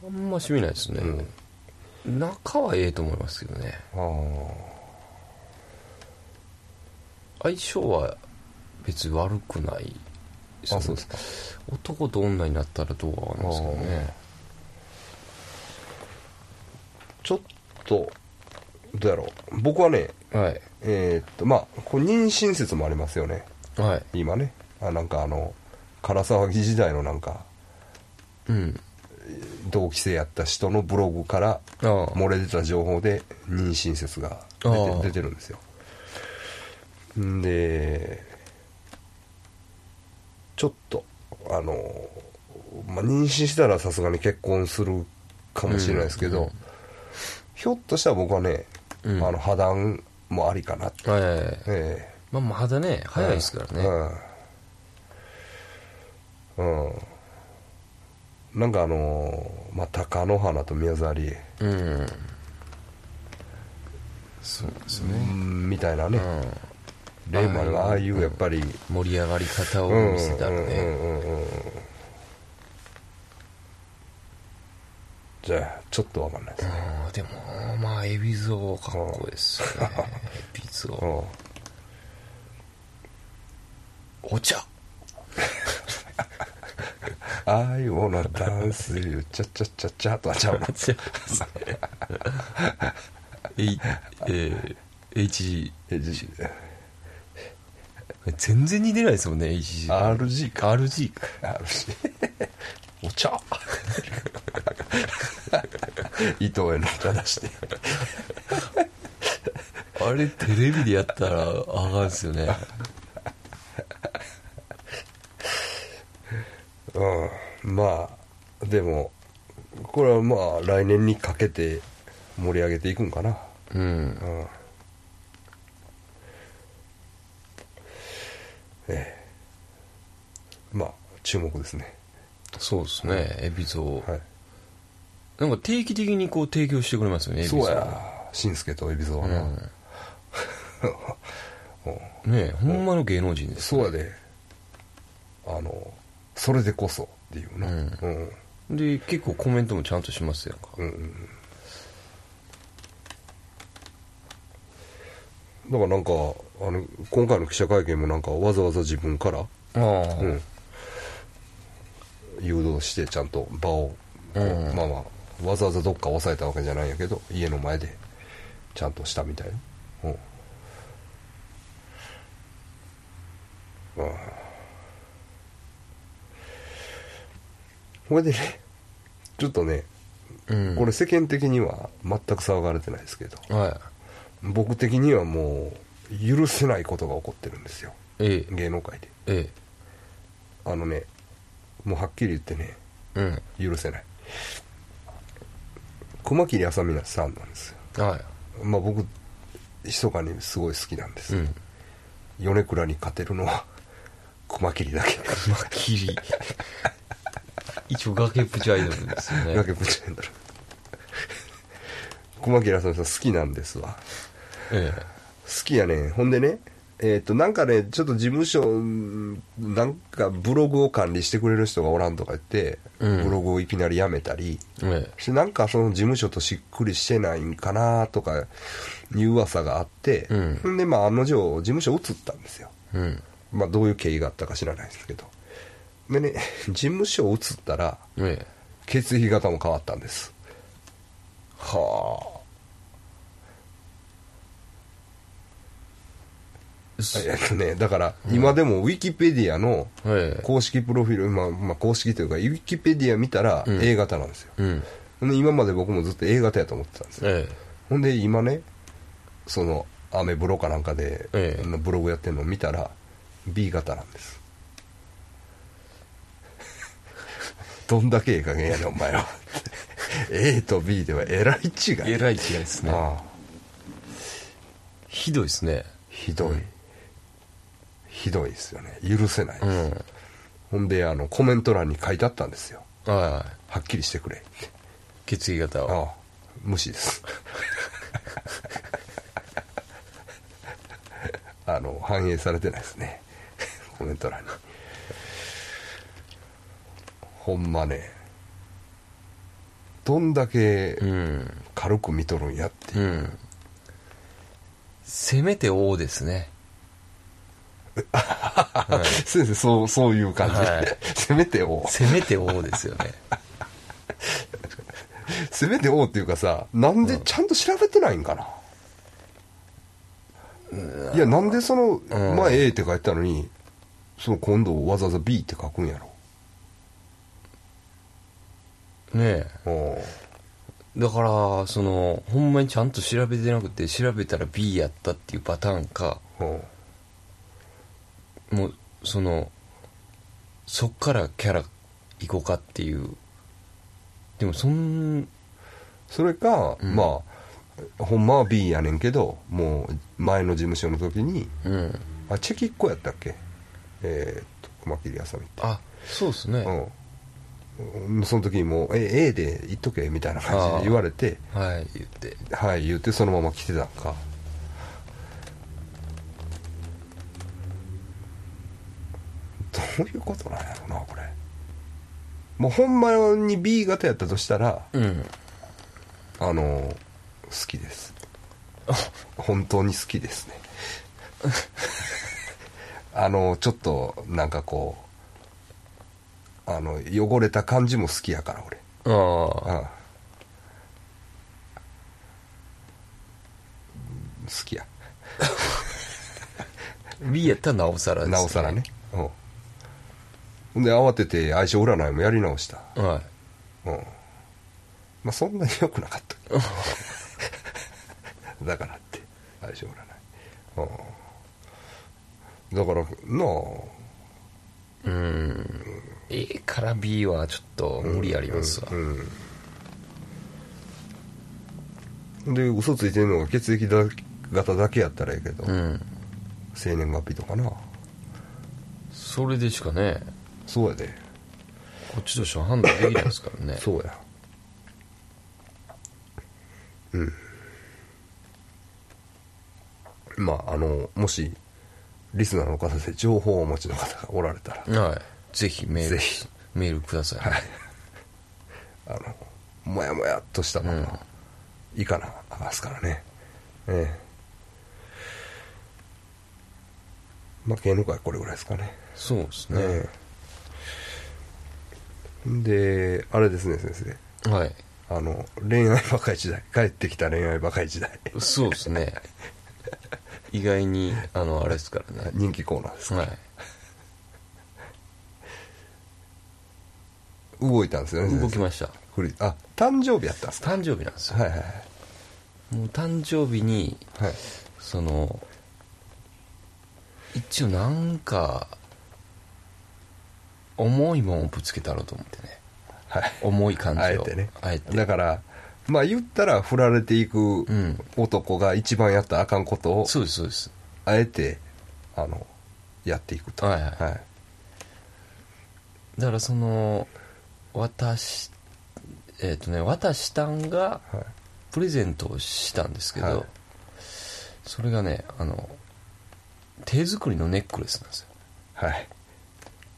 Speaker 2: んまし見ないですね、
Speaker 1: うん
Speaker 2: 仲はええと思いますけどね
Speaker 1: あー
Speaker 2: 相性は別に悪くない
Speaker 1: あそうですか
Speaker 2: 男と女になったらどうかわかんないですけどね
Speaker 1: ちょっとどうやろう僕はね
Speaker 2: はい
Speaker 1: えーっとまあこう妊娠説もありますよね
Speaker 2: はい
Speaker 1: 今ねあなんかあの唐沢ぎ時代のなんか
Speaker 2: うん
Speaker 1: 同期生やった人のブログから
Speaker 2: ああ
Speaker 1: 漏れ出た情報で妊娠説が出
Speaker 2: あー
Speaker 1: て出てるんですよんでちょっとあの、まあ、妊娠したらさすがに結婚するかもしれないですけど、
Speaker 2: うんうん
Speaker 1: ひょっとしたら僕はね、
Speaker 2: うん
Speaker 1: あの破談もありかなって、
Speaker 2: はいはいはい
Speaker 1: え
Speaker 2: まあまだね
Speaker 1: え
Speaker 2: 早いですからね、
Speaker 1: うん、うんなんかあのまあ貴乃花と宮沢りえ
Speaker 2: うんそうですね、
Speaker 1: うんみたいな
Speaker 2: う
Speaker 1: ね、
Speaker 2: ん、
Speaker 1: レイマンがああい
Speaker 2: うん
Speaker 1: うやっぱり、
Speaker 2: 盛り上がり方
Speaker 1: う
Speaker 2: を見せたらね、
Speaker 1: んうんうんうんじゃあちょっとわかんないですね、
Speaker 2: うんでもまあ海老蔵かっこいいですよね海老
Speaker 1: う
Speaker 2: 蔵
Speaker 1: ん、
Speaker 2: お茶
Speaker 1: I wanna dance with you チャチャチャチャとはちゃうな
Speaker 2: ええー H
Speaker 1: えじ
Speaker 2: 全然似てないですもんね H
Speaker 1: RG か
Speaker 2: RG か
Speaker 1: RG お茶伊藤への歌出して
Speaker 2: あれテレビでやったらあかんっすよね
Speaker 1: うんまあでもこれはまあ来年にかけて盛り上げていくんかな
Speaker 2: うん
Speaker 1: うんええまあ注目ですね
Speaker 2: そうですねエビゾー、
Speaker 1: はい
Speaker 2: なんか定期的にこう提供してくれますよねエビゾー
Speaker 1: そうやしんすけと海老蔵はな、
Speaker 2: うん、ねえほんまの芸能人です
Speaker 1: そうやであのそれでこそっていうな
Speaker 2: う
Speaker 1: うんん、うん
Speaker 2: で結構コメントもちゃんとしますやんか
Speaker 1: うんだからなんかあの今回の記者会見もなんかわざわざ自分から、
Speaker 2: ああ、
Speaker 1: うん、誘導してちゃんと場を、
Speaker 2: うん
Speaker 1: まあまあわざわざどっか抑えたわけじゃないんやけど家の前でちゃんとしたみたいな、うんうん、これでねちょっとね
Speaker 2: うん、
Speaker 1: これ世間的には全く騒がれてないですけど
Speaker 2: は
Speaker 1: 僕的にはもう許せないことが起こってるんですよ
Speaker 2: いええ
Speaker 1: 芸能界で
Speaker 2: え
Speaker 1: あのねもうはっきり言ってね
Speaker 2: えうん
Speaker 1: 許せない熊切あさみなさんなんですよ
Speaker 2: は
Speaker 1: まあ僕密かにすごい好きなんで
Speaker 2: い
Speaker 1: す、
Speaker 2: うん
Speaker 1: 米倉に勝てるのは熊切だけ
Speaker 2: まきり 一応崖っぷちアイドルですよね
Speaker 1: 崖ぶちなんだろ熊切あさみさん好きなんですわ
Speaker 2: え
Speaker 1: 好きやねんほんでねえっ、となんかねちょっと事務所うんなんかブログを管理してくれる人がおらんとか言って、
Speaker 2: うん
Speaker 1: ブログをいきなりやめたり
Speaker 2: ええ
Speaker 1: してなんかその事務所としっくりしてないんかなとかいう噂があって、
Speaker 2: うん
Speaker 1: ほんでまあ案の定事務所移ったんですよ
Speaker 2: えうん
Speaker 1: まあどういう経緯があったか知らないですけどでね 事務所移ったら
Speaker 2: ええ
Speaker 1: 血液型も変わったんです
Speaker 2: はあす
Speaker 1: えっとねだから今でもウィキペディアの
Speaker 2: ええ
Speaker 1: 公式プロフィール、まあ、まあ公式というかウィキペディア見たら
Speaker 2: うん
Speaker 1: A 型なんですよ、
Speaker 2: うん
Speaker 1: ほんで今まで僕もずっと A 型やと思ってたんですよ、
Speaker 2: え
Speaker 1: ほんで今ねそのアメブロかなんかで、
Speaker 2: ええ
Speaker 1: のブログやってるのを見たら B 型なんです どんだけええ加減やねんお前は A と B ではえらい違い
Speaker 2: ええらい違いですね
Speaker 1: ああ
Speaker 2: ひどいですね
Speaker 1: ひどい、ひどいですよね許せないで
Speaker 2: う
Speaker 1: す、
Speaker 2: ん
Speaker 1: ほんであのコメント欄に書いてあったんですよ
Speaker 2: は
Speaker 1: はっきりしてくれって
Speaker 2: い血液型
Speaker 1: あ
Speaker 2: は
Speaker 1: あ無視です あの反映されてないですねコメント欄にほんまねどんだけ
Speaker 2: うん
Speaker 1: 軽く見とるんやっていうう、
Speaker 2: んせめて O です ね
Speaker 1: 先生そうそういう感じ、
Speaker 2: はい
Speaker 1: せめて王
Speaker 2: せめて O ですよね
Speaker 1: せめて王っていうかさなんでちゃんと調べてないんかな、いやなんでその
Speaker 2: ん
Speaker 1: 前 A って書いてたのにその今度わざわざ B って書くんやろ
Speaker 2: ねえ
Speaker 1: うん
Speaker 2: だからそのほんまにちゃんと調べてなくて調べたら B やったっていうパターンか
Speaker 1: うん
Speaker 2: もうそのそっからキャラ行こうかっていうでもそん
Speaker 1: それか、
Speaker 2: うん
Speaker 1: まあほんまは B やねんけどもう前の事務所の時に
Speaker 2: うん
Speaker 1: あチェキっ子やったっけえーっと熊切あさみって
Speaker 2: あそうですね、
Speaker 1: うんその時にもう「え A で言っとけ」みたいな感じで言われて
Speaker 2: はい言って
Speaker 1: はい言ってそのまま来てたんかどういうことなんやろなこれもうほんまに B 型やったとしたら
Speaker 2: うん
Speaker 1: あの好きです本当に好きですねあのちょっとなんかこうあの汚れた感じも好きやから俺
Speaker 2: ああ
Speaker 1: ああ好きや
Speaker 2: B やったらなおさらです、
Speaker 1: なおさらねうんほんで慌てて相性占いもやり直した
Speaker 2: は
Speaker 1: うんまあそんなに良くなかった だからって相性占いうんだからなあ
Speaker 2: うん A から B はちょっと無理ありますわ、
Speaker 1: で嘘ついてるのが血液だ型だけやったらええけど、
Speaker 2: うん
Speaker 1: 生年月日とかな
Speaker 2: それでしかね
Speaker 1: そうやで
Speaker 2: こっちとしては判断できないですからね
Speaker 1: そうやうんまああのもしリスナーの方で情報をお持ちの方がおられたら
Speaker 2: はいぜひメール
Speaker 1: ぜひ
Speaker 2: メールください、
Speaker 1: はい あのモヤモヤっとしたもの、
Speaker 2: うん
Speaker 1: いいかなあかんすからねええまあ芸能界これぐらいですかね
Speaker 2: そうですね、
Speaker 1: ええであれですね先生
Speaker 2: はい
Speaker 1: あの恋愛バカ時代帰ってきた恋愛バカ時代
Speaker 2: そうですね意外にあのあれですからね
Speaker 1: 人気コーナーです、
Speaker 2: はい
Speaker 1: 動いたんですよね先生
Speaker 2: 動きました
Speaker 1: 古いあ誕生日やったんですか
Speaker 2: 誕生日なんですよ、
Speaker 1: はいはいはい
Speaker 2: もう誕生日に
Speaker 1: はい
Speaker 2: その一応なんか重いもんをぶつけたろうと思ってね
Speaker 1: はい
Speaker 2: 重い感じを
Speaker 1: あえてね
Speaker 2: あえて
Speaker 1: だからまあ言ったら振られていく
Speaker 2: ん
Speaker 1: 男が一番やったらあかんことを
Speaker 2: そうですそうです
Speaker 1: あえてあのやっていくと
Speaker 2: はいはい
Speaker 1: はい
Speaker 2: だからその渡しえっ、とね渡したんが
Speaker 1: はい
Speaker 2: プレゼントをしたんですけど、
Speaker 1: はい
Speaker 2: それがねあの手作りのネックレスなんですよ
Speaker 1: はい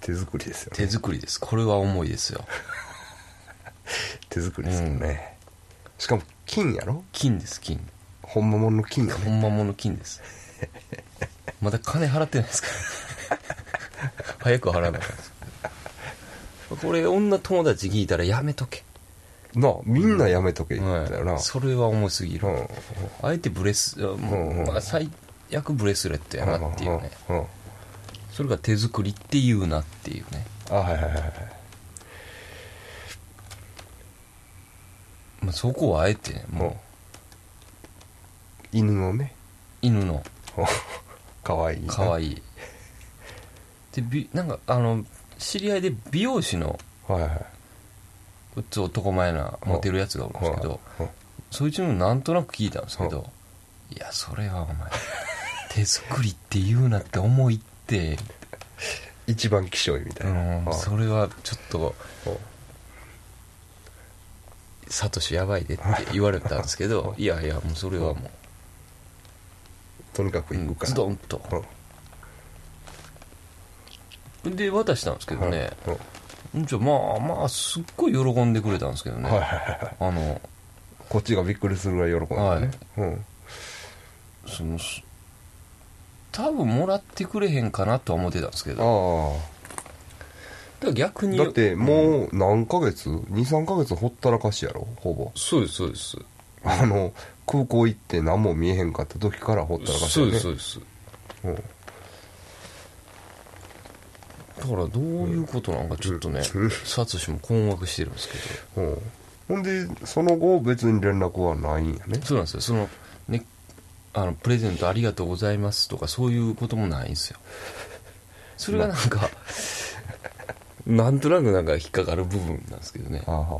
Speaker 1: 手作りですよね
Speaker 2: 手作りですこれは重いですよ
Speaker 1: 手作りですよねしかも金やろ
Speaker 2: 金です金
Speaker 1: 本物の金やね
Speaker 2: 本間もの金ですまだ金払ってないですから 早く払わないとこれ女友達聞いたらやめとけ、
Speaker 1: なあみんなやめとけ言ったよな
Speaker 2: はい、それは重すぎる、
Speaker 1: うん
Speaker 2: あえてブレス、もう
Speaker 1: うんうん
Speaker 2: まあ、最悪ブレスレットやなっていうね、
Speaker 1: うんうんうん
Speaker 2: それが手作りっていうなっていうね、
Speaker 1: あはいはいはいはい
Speaker 2: まあ、そこはあえてねもう
Speaker 1: 犬の ね
Speaker 2: 犬の
Speaker 1: かわいい
Speaker 2: 可
Speaker 1: い
Speaker 2: 愛いでびなんかあの知り合いで美容師の
Speaker 1: はいはい
Speaker 2: うっつ男前なモテるやつがおるんですけど、
Speaker 1: うん
Speaker 2: そいつのなんとなく聞いたんですけど、いや、それはお前、 手作りって言うなって思いって、
Speaker 1: 一番希少いみた
Speaker 2: う
Speaker 1: いな、
Speaker 2: ん
Speaker 1: あ
Speaker 2: それはちょっと、サトシやばいでって言われたんですけど、いやいや、もうそれはも
Speaker 1: とにかく
Speaker 2: う、う
Speaker 1: 行
Speaker 2: ん
Speaker 1: くから、
Speaker 2: ズドンと。
Speaker 1: うん
Speaker 2: で、渡したんですけどね、
Speaker 1: うん
Speaker 2: じゃあまあまあ、すっごい喜んでくれたんですけどね、
Speaker 1: はいはいはい
Speaker 2: あの、
Speaker 1: こっちがびっくりするぐらい喜んでね、うん
Speaker 2: その、す多分もらってくれへんかなとは思ってたんですけど、だか
Speaker 1: あ
Speaker 2: ら逆
Speaker 1: あ
Speaker 2: に。
Speaker 1: だってもう何ヶ月23ヶ月ほったらかしやろほぼ
Speaker 2: そうですそうです
Speaker 1: あの空港行って何も見えへんかった時からほったらかし
Speaker 2: そ
Speaker 1: や
Speaker 2: う
Speaker 1: ね
Speaker 2: ですそうです
Speaker 1: うん
Speaker 2: だからどういうことなんかちょっとね
Speaker 1: うん
Speaker 2: サトシも困惑してるんですけ
Speaker 1: うんほんでその後別に連絡はないんやね
Speaker 2: どそうなんですよそのねあのプレゼントありがとうございますとかそういうこともないんですよそれがなんか、なんとなくなんか引っかかる部分なんですけどね
Speaker 1: あはははは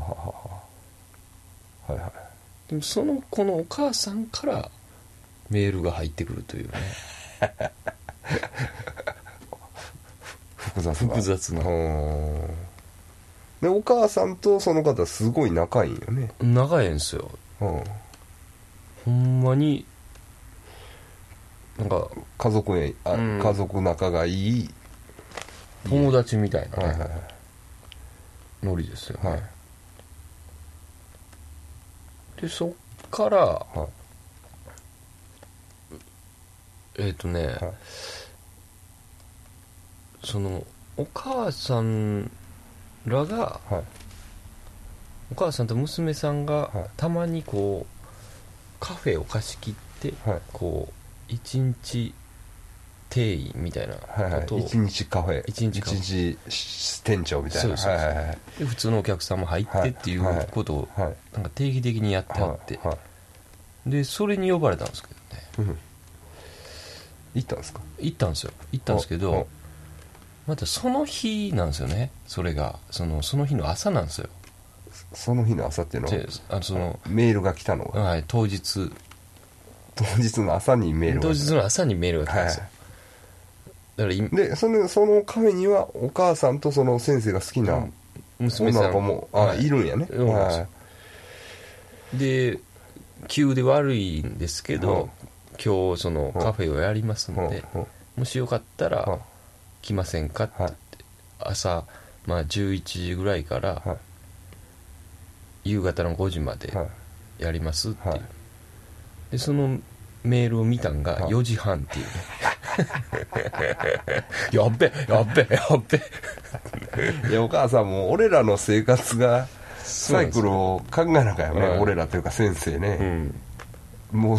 Speaker 1: はいはい
Speaker 2: でもその子のお母さんからメールが入ってくると いうね
Speaker 1: 複雑な
Speaker 2: 複雑な
Speaker 1: うんでお母さんとその方すごい仲いいんよね
Speaker 2: 長いんですよ
Speaker 1: うん
Speaker 2: ほんまになんか
Speaker 1: 家族へあ、
Speaker 2: うん
Speaker 1: 家族仲がいい、
Speaker 2: 友達みたいな、ね
Speaker 1: はいはいはい
Speaker 2: ノリですよ、ね
Speaker 1: はい
Speaker 2: でそっから
Speaker 1: はい
Speaker 2: えっ、とね、
Speaker 1: はい
Speaker 2: そのお母さんらが
Speaker 1: はい
Speaker 2: お母さんと娘さんが
Speaker 1: はい
Speaker 2: たまにこうカフェを貸し切って
Speaker 1: はい
Speaker 2: こう一日定員みたいな
Speaker 1: はいは
Speaker 2: ことを、
Speaker 1: い、一日カフェ
Speaker 2: 一日カフェ
Speaker 1: 一日し店長みたいな
Speaker 2: そうそうそ
Speaker 1: は
Speaker 2: う
Speaker 1: いはいはい
Speaker 2: で普通のお客さんも入ってってい
Speaker 1: はいう
Speaker 2: ことを
Speaker 1: はい
Speaker 2: なんか定期的にやってあって、
Speaker 1: はいはい
Speaker 2: でそれに呼ばれたんですけどね
Speaker 1: うん行ったんですか
Speaker 2: 行ったんですよ行ったんですけ
Speaker 1: おお
Speaker 2: どまたその日なんですよねそれがそのその日の朝なんですよ
Speaker 1: その日の朝っていうの
Speaker 2: であのその、
Speaker 1: メールが来たのが
Speaker 2: はい、当日
Speaker 1: 当日の朝にメール
Speaker 2: 当
Speaker 1: が
Speaker 2: 日
Speaker 1: 来
Speaker 2: の朝にメールが来
Speaker 1: た
Speaker 2: たん
Speaker 1: は
Speaker 2: ですよ、だから今
Speaker 1: いでそのそのカフェにはお母さんとその先生が好きな
Speaker 2: 娘
Speaker 1: 女
Speaker 2: さ
Speaker 1: の
Speaker 2: ん
Speaker 1: 子も
Speaker 2: は
Speaker 1: あいるんやね
Speaker 2: そうなんですよ
Speaker 1: は
Speaker 2: で急で悪いんですけど、
Speaker 1: うん
Speaker 2: 今日そのカフェをやりますので、
Speaker 1: うんうん
Speaker 2: もしよかった
Speaker 1: いは
Speaker 2: ら来ませんかっ
Speaker 1: い
Speaker 2: て
Speaker 1: はい
Speaker 2: 朝、まあ、11時ぐらいから
Speaker 1: は
Speaker 2: 夕方の5時まで
Speaker 1: いはい
Speaker 2: やりますっていう、
Speaker 1: はい
Speaker 2: でそのメールを見たんが
Speaker 1: はい
Speaker 2: 4時半っていうね、 やっべやっべやっべ
Speaker 1: いやお母さんも俺らの生活が
Speaker 2: サ
Speaker 1: サイクルを考えなきゃよね、
Speaker 2: はい
Speaker 1: 俺らというか先生
Speaker 2: う
Speaker 1: ね、
Speaker 2: ん
Speaker 1: もう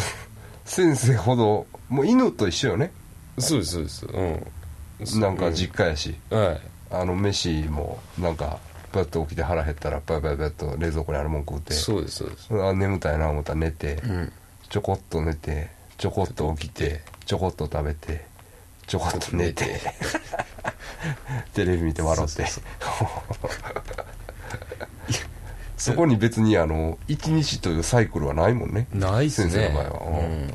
Speaker 1: 先生ほどもう犬と一緒よね
Speaker 2: そうですそうですうん
Speaker 1: なんか
Speaker 2: じ
Speaker 1: 実家やし、
Speaker 2: はい
Speaker 1: あの飯もなんかバッと起きて腹減ったらバイバイバイと冷蔵庫にあるもん食うて
Speaker 2: そうですそうです
Speaker 1: あ眠たいな思ったら寝て、
Speaker 2: うん
Speaker 1: ちょこっと寝てちょこっと起きてちょこっと食べてちょこっと寝て テレビ見て笑って
Speaker 2: そ
Speaker 1: そ こに別にあの一日というサイクルはないもんね
Speaker 2: ないっすね
Speaker 1: 先生の場合はうんで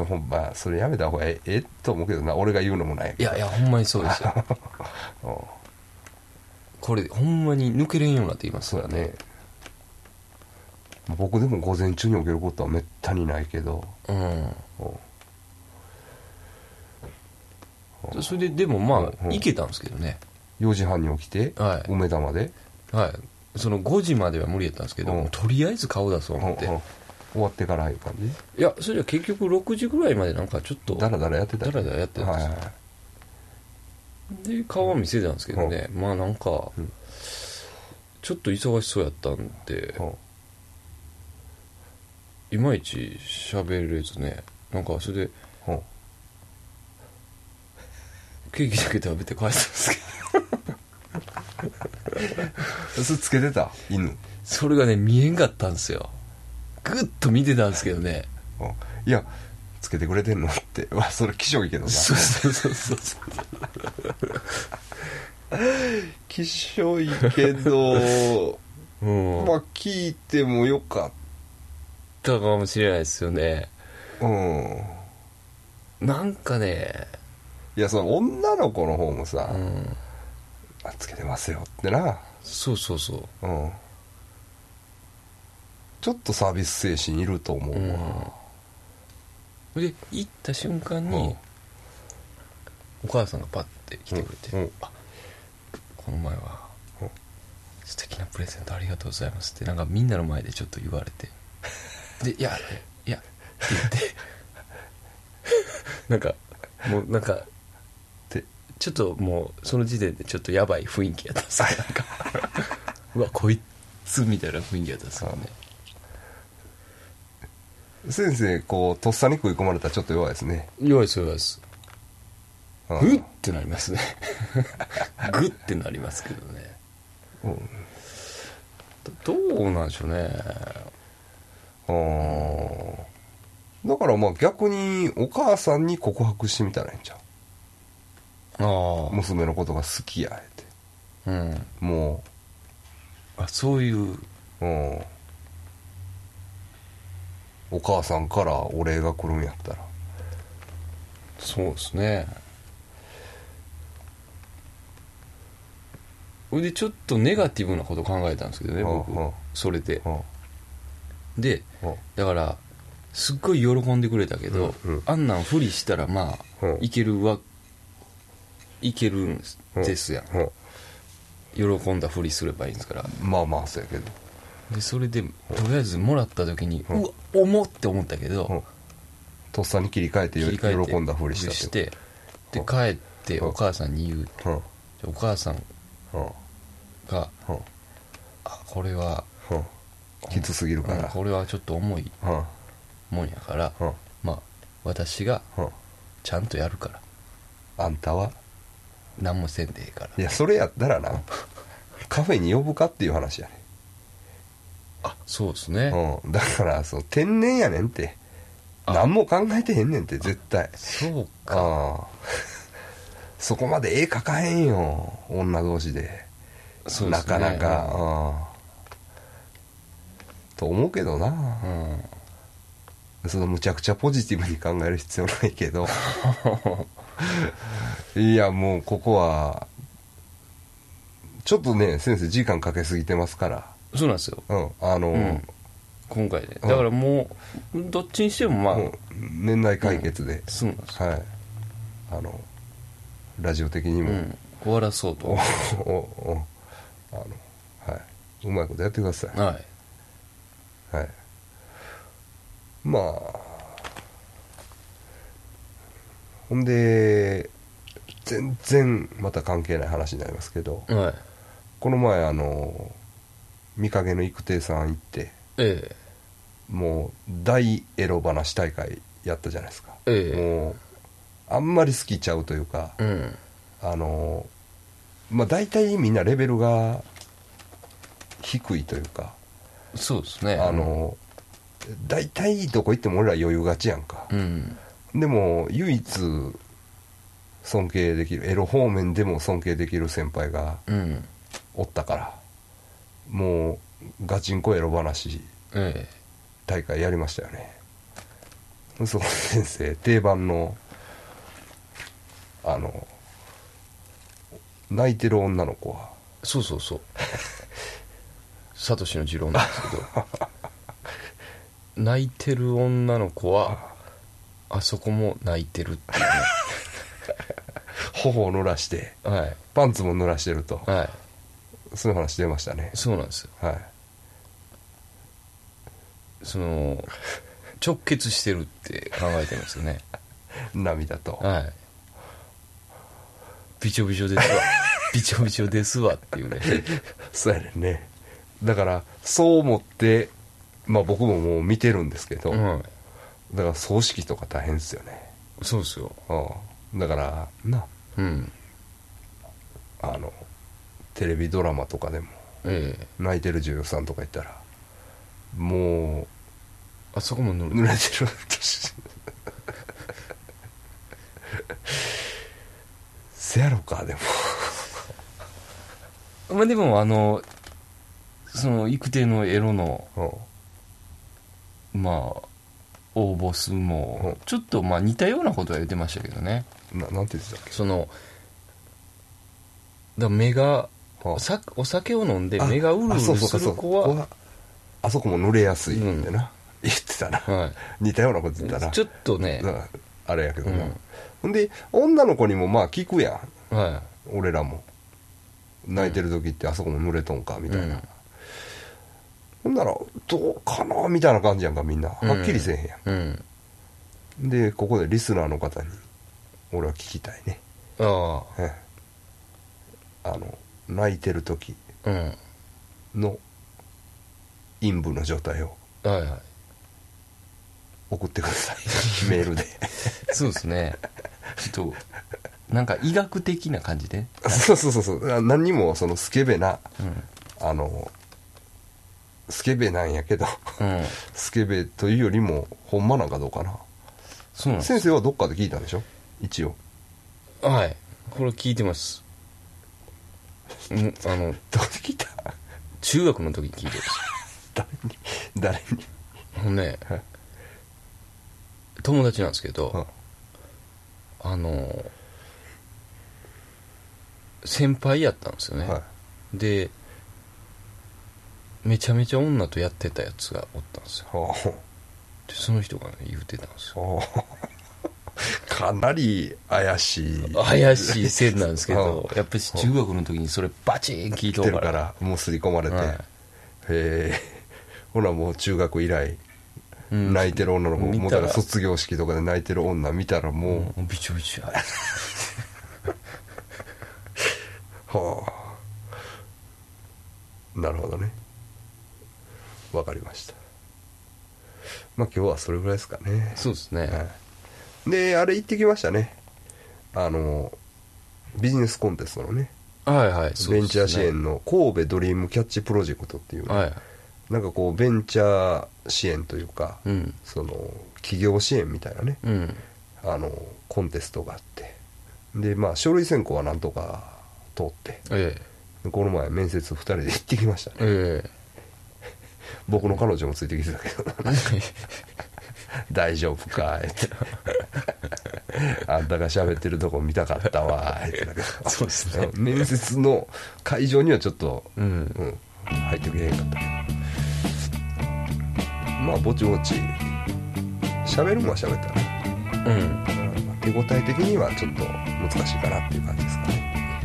Speaker 1: もほんまそれやめた方がええええと思うけどな俺が言うのもない
Speaker 2: いやいやほんまにそうですよ
Speaker 1: うん
Speaker 2: これほんまに抜けれんようになっています
Speaker 1: そ
Speaker 2: か
Speaker 1: う
Speaker 2: ら
Speaker 1: だ
Speaker 2: ね
Speaker 1: ね僕でも午前中に起きることはめったにないけど
Speaker 2: うんそれででもまあ
Speaker 1: うん
Speaker 2: 行けたんですけどね
Speaker 1: 4時半に起きて、
Speaker 2: はい
Speaker 1: 梅田まで、
Speaker 2: はいその5時までは無理やったんですけど、
Speaker 1: うん
Speaker 2: とりあえず顔出そう
Speaker 1: うんう
Speaker 2: 思
Speaker 1: ん
Speaker 2: って、
Speaker 1: 終わってからいう感じ
Speaker 2: いやそれじゃ結局6時ぐらいまでなんかちょっと
Speaker 1: だらだらやってた
Speaker 2: だらだらやってたん
Speaker 1: は
Speaker 2: で
Speaker 1: い
Speaker 2: すよ
Speaker 1: はいはい
Speaker 2: で顔は見せてたんですけどね、まあなんか、
Speaker 1: うん
Speaker 2: ちょっと忙しそうやったんで、
Speaker 1: うん
Speaker 2: いまいち喋れずねなんかそれで
Speaker 1: うん
Speaker 2: ケーキだけ食べて帰ったんですけど
Speaker 1: それつけてた犬、うん
Speaker 2: それがね見えんかったんですよぐっと見てたんですけどね
Speaker 1: いやつけてくれてんのって わそれ気性いいけどな
Speaker 2: そうそうそうそうそう
Speaker 1: 気性いいけ ど
Speaker 2: うん、
Speaker 1: まあ聞いてもよかっ
Speaker 2: ったかもしれないですよね
Speaker 1: たうん
Speaker 2: なんかね
Speaker 1: いやその女の子の方もさ、
Speaker 2: うん
Speaker 1: あつけてますよってな
Speaker 2: そうそうそう
Speaker 1: うんちょっとサービス精神いると思う
Speaker 2: うん
Speaker 1: わ、
Speaker 2: で行った瞬間に、
Speaker 1: うん
Speaker 2: お母さんがパッて来てくれて、
Speaker 1: うん
Speaker 2: あこの前は、
Speaker 1: うん
Speaker 2: 素敵なプレゼントありがとうございますってなんかみんなの前でちょっと言われてで「いやいや」って言って なんかもうなんか
Speaker 1: で
Speaker 2: ちょっともうその時点でちょっとやばい雰囲気やったんですけどなんか うわこいつみたいな雰囲気やったんですよね
Speaker 1: 先生こうとっさに食い込まれたらちょっと弱いですね、
Speaker 2: 弱いです弱いです
Speaker 1: うん
Speaker 2: グッてなりますね グッてなりますけどね
Speaker 1: うん
Speaker 2: どうなんでしょうね
Speaker 1: あーだからまあ逆にお母さんに告白してみたらいいんちゃ
Speaker 2: あ
Speaker 1: う娘のことが好きやって
Speaker 2: あうん
Speaker 1: も
Speaker 2: あそういう
Speaker 1: う、うん、お母さんからお礼が来るんやったら
Speaker 2: そうですねほいでちょっとネガティブなこと考えたんですけどね僕
Speaker 1: うんうん
Speaker 2: それで
Speaker 1: うん
Speaker 2: で
Speaker 1: うん
Speaker 2: だからすっごい喜んでくれたけど、
Speaker 1: うんうん
Speaker 2: あんなんふりしたらまあ、
Speaker 1: うん
Speaker 2: いけるわいけるんですやん、
Speaker 1: うん
Speaker 2: 喜んだふりすればいいんですから
Speaker 1: まあまあそうやけど
Speaker 2: でそれでとりあえずもらった時に、う
Speaker 1: うん
Speaker 2: わ重っって思ったけど、
Speaker 1: うんとっさに切り替えて
Speaker 2: 切り替えて
Speaker 1: 喜んだふりしたって
Speaker 2: で帰って
Speaker 1: うん
Speaker 2: お母さんに言う、
Speaker 1: うん
Speaker 2: お母さん
Speaker 1: うん
Speaker 2: が
Speaker 1: うん
Speaker 2: 「あこれは、
Speaker 1: うんきつすぎるか
Speaker 2: うん
Speaker 1: ら
Speaker 2: これはちょっと重い
Speaker 1: うんうん
Speaker 2: もんやから、
Speaker 1: うん
Speaker 2: まあ私がちゃんとやるから
Speaker 1: あんたは
Speaker 2: 何もせんでええから
Speaker 1: いやそれやったらなカフェに呼ぶかっていう話やね」
Speaker 2: あそうですね、
Speaker 1: うん、だからそう天然やねんって
Speaker 2: あ
Speaker 1: 何も考えてへんねんって絶対
Speaker 2: そうか
Speaker 1: ああ そこまで絵描かへんよ女同士で
Speaker 2: そうで
Speaker 1: な
Speaker 2: す
Speaker 1: か
Speaker 2: ね
Speaker 1: なか、ああと思うけどな
Speaker 2: う、ん
Speaker 1: そのむちゃくちゃポジティブに考える必要ないけ どいやもうここはちょっとね先生時間かけすぎてますから
Speaker 2: そうなんですよ、
Speaker 1: うんあの、
Speaker 2: うん今回で
Speaker 1: うん
Speaker 2: だからもうどっちにしてもまあ、
Speaker 1: もう年内解決で、
Speaker 2: そうなんですよ、
Speaker 1: はいあのラジオ的に
Speaker 2: う
Speaker 1: も、
Speaker 2: ん、終わらそうと
Speaker 1: おおおあのはいうまいことやってください
Speaker 2: はい
Speaker 1: はいまあほんで全然また関係ない話になりますけど
Speaker 2: はい
Speaker 1: この前あの見かけの育亭さん行って
Speaker 2: ええ
Speaker 1: もう大エロ話大会やったじゃないですか、
Speaker 2: ええ
Speaker 1: もうあんまり好きちゃうというか、
Speaker 2: うん
Speaker 1: あのまあ大体みんなレベルが低いというか、
Speaker 2: そうですね
Speaker 1: あの大体どこ行っても俺ら余裕がちやんか
Speaker 2: う、ん
Speaker 1: でも唯一尊敬できるエロ方面でも尊敬できる先輩が
Speaker 2: うん
Speaker 1: おったからもうガチンコエロ話
Speaker 2: え
Speaker 1: 大会やりましたよねそこで先生定番のあの泣いてる女の子は
Speaker 2: えそうそ うそうサトシの持論なんですけど泣いてる女の子はあそこも泣いてるっていう
Speaker 1: 頬を濡らして
Speaker 2: ねはい
Speaker 1: パンツも濡らしてると
Speaker 2: は
Speaker 1: そういう話出ましたね
Speaker 2: いそうなんですよ
Speaker 1: はい
Speaker 2: その直結してるって考えてるんですよね
Speaker 1: 涙と
Speaker 2: はいびちょびちょですわびちょびちょですわって いうね
Speaker 1: そうやねんねだからそう思ってまあ僕ももう見てるんですけど、
Speaker 2: うん
Speaker 1: だから葬式とか大変ですよね
Speaker 2: そうですよ
Speaker 1: うんだからな
Speaker 2: うん
Speaker 1: あのテレビドラマとかでも
Speaker 2: ええ
Speaker 1: 泣いてる女優さんとかいたらもう
Speaker 2: あそこも塗
Speaker 1: 濡
Speaker 2: る
Speaker 1: れてる私 せやろかでも
Speaker 2: まあでもあのその育定のエロのまあ応募数も
Speaker 1: うん
Speaker 2: ちょっとまあ似たようなことは言ってましたけどね
Speaker 1: うんななんて言ってたっけ
Speaker 2: そのだから目が
Speaker 1: うん
Speaker 2: お酒お酒を飲んで
Speaker 1: あ
Speaker 2: 目がうるう
Speaker 1: あ
Speaker 2: る
Speaker 1: そうそうそ
Speaker 2: す
Speaker 1: うそ
Speaker 2: る
Speaker 1: う
Speaker 2: 子
Speaker 1: ここ
Speaker 2: は
Speaker 1: はあそこも濡れやすいってな、 言って たな、
Speaker 2: は
Speaker 1: 似たようなこと言ってたない
Speaker 2: ちょっとね
Speaker 1: なあれやけどな、
Speaker 2: うん
Speaker 1: ほんで女の子にもまあ聞くや
Speaker 2: は
Speaker 1: ん俺らも泣いてる時ってあそこも濡れとんかみ
Speaker 2: い
Speaker 1: たいな、
Speaker 2: うん
Speaker 1: ほんならどうかなみたいな感じやんかみんな
Speaker 2: うん
Speaker 1: はっきりせえへんやん
Speaker 2: うん
Speaker 1: でここでリスナーの方に俺は聞きたいね
Speaker 2: あ
Speaker 1: ええあの泣いてる時
Speaker 2: あうん
Speaker 1: の陰部の状態を
Speaker 2: はいはい
Speaker 1: 送ってくださ いメールで
Speaker 2: そうですねちょっとなんか医学的な感じで
Speaker 1: そうそうそうそうあ何にもそのスケベな
Speaker 2: うん
Speaker 1: あのスケベなんやけど
Speaker 2: うん
Speaker 1: スケベというよりもほんまなんかどうかな、
Speaker 2: そうなんです
Speaker 1: 先生はどっかで聞いたんでしょ一応
Speaker 2: はいこれ聞いてますんあの
Speaker 1: どこで聞いた
Speaker 2: 中学の時に聞いてま
Speaker 1: 誰に誰に
Speaker 2: すほんで
Speaker 1: はい
Speaker 2: 友達なんですけ
Speaker 1: う
Speaker 2: ど
Speaker 1: ん
Speaker 2: あの先輩やったんですよね、
Speaker 1: はい
Speaker 2: でめちゃめちゃ女とやってたやつがおったんですよ
Speaker 1: ほう
Speaker 2: でその人が、ね、言うてたんですよ
Speaker 1: おーかなり怪しい
Speaker 2: 怪しい線なんですけど
Speaker 1: う
Speaker 2: やっぱり中学の時にそれバチーン聞
Speaker 1: 来
Speaker 2: いと
Speaker 1: て
Speaker 2: る
Speaker 1: る
Speaker 2: から
Speaker 1: からもう刷り込まれて、
Speaker 2: はい
Speaker 1: へえほらもう中学以来
Speaker 2: うん
Speaker 1: 泣いてる女の子、
Speaker 2: 見
Speaker 1: もう
Speaker 2: た
Speaker 1: だからら卒業式とかで泣いてる女見たらもう、
Speaker 2: もうびちょびちょ
Speaker 1: はあなるほどねわかりましたまあ今日はそれぐらいですかね
Speaker 2: そうですね、
Speaker 1: はい、であれ行ってきましたねあのビジネスコンテストのね
Speaker 2: はいはいそうですね
Speaker 1: ベンチャー支援の神戸ドリームキャッチプロジェクトっていうね、
Speaker 2: はい
Speaker 1: なんかこうベンチャー支援というか、
Speaker 2: うん
Speaker 1: その企業支援みたいなね、
Speaker 2: うん
Speaker 1: あのコンテストがあってでまあ書類選考はなんとか通って
Speaker 2: え
Speaker 1: この前面接2人で行ってきました
Speaker 2: え
Speaker 1: ね
Speaker 2: ええ
Speaker 1: 僕の彼女もついてきてたけど な大丈夫かいってあんたが喋ってるとこ見たかったわーいってなんか
Speaker 2: そうですね
Speaker 1: 面接の会場にはちょっと、
Speaker 2: う
Speaker 1: うんん、入ってくれへんかったけどまあぼちぼち喋るもんは喋ったね
Speaker 2: うん
Speaker 1: 手応え的にはちょっと難しいかなっていう感じですかね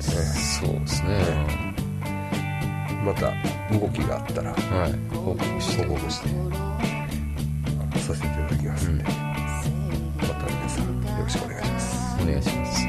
Speaker 2: そうですね
Speaker 1: また動きがあったら
Speaker 2: はい報
Speaker 3: 報
Speaker 2: 告
Speaker 3: 告
Speaker 2: し
Speaker 3: してて
Speaker 1: 報告してさせていただきますんで、また皆さんよろしくお願いします
Speaker 2: お願いします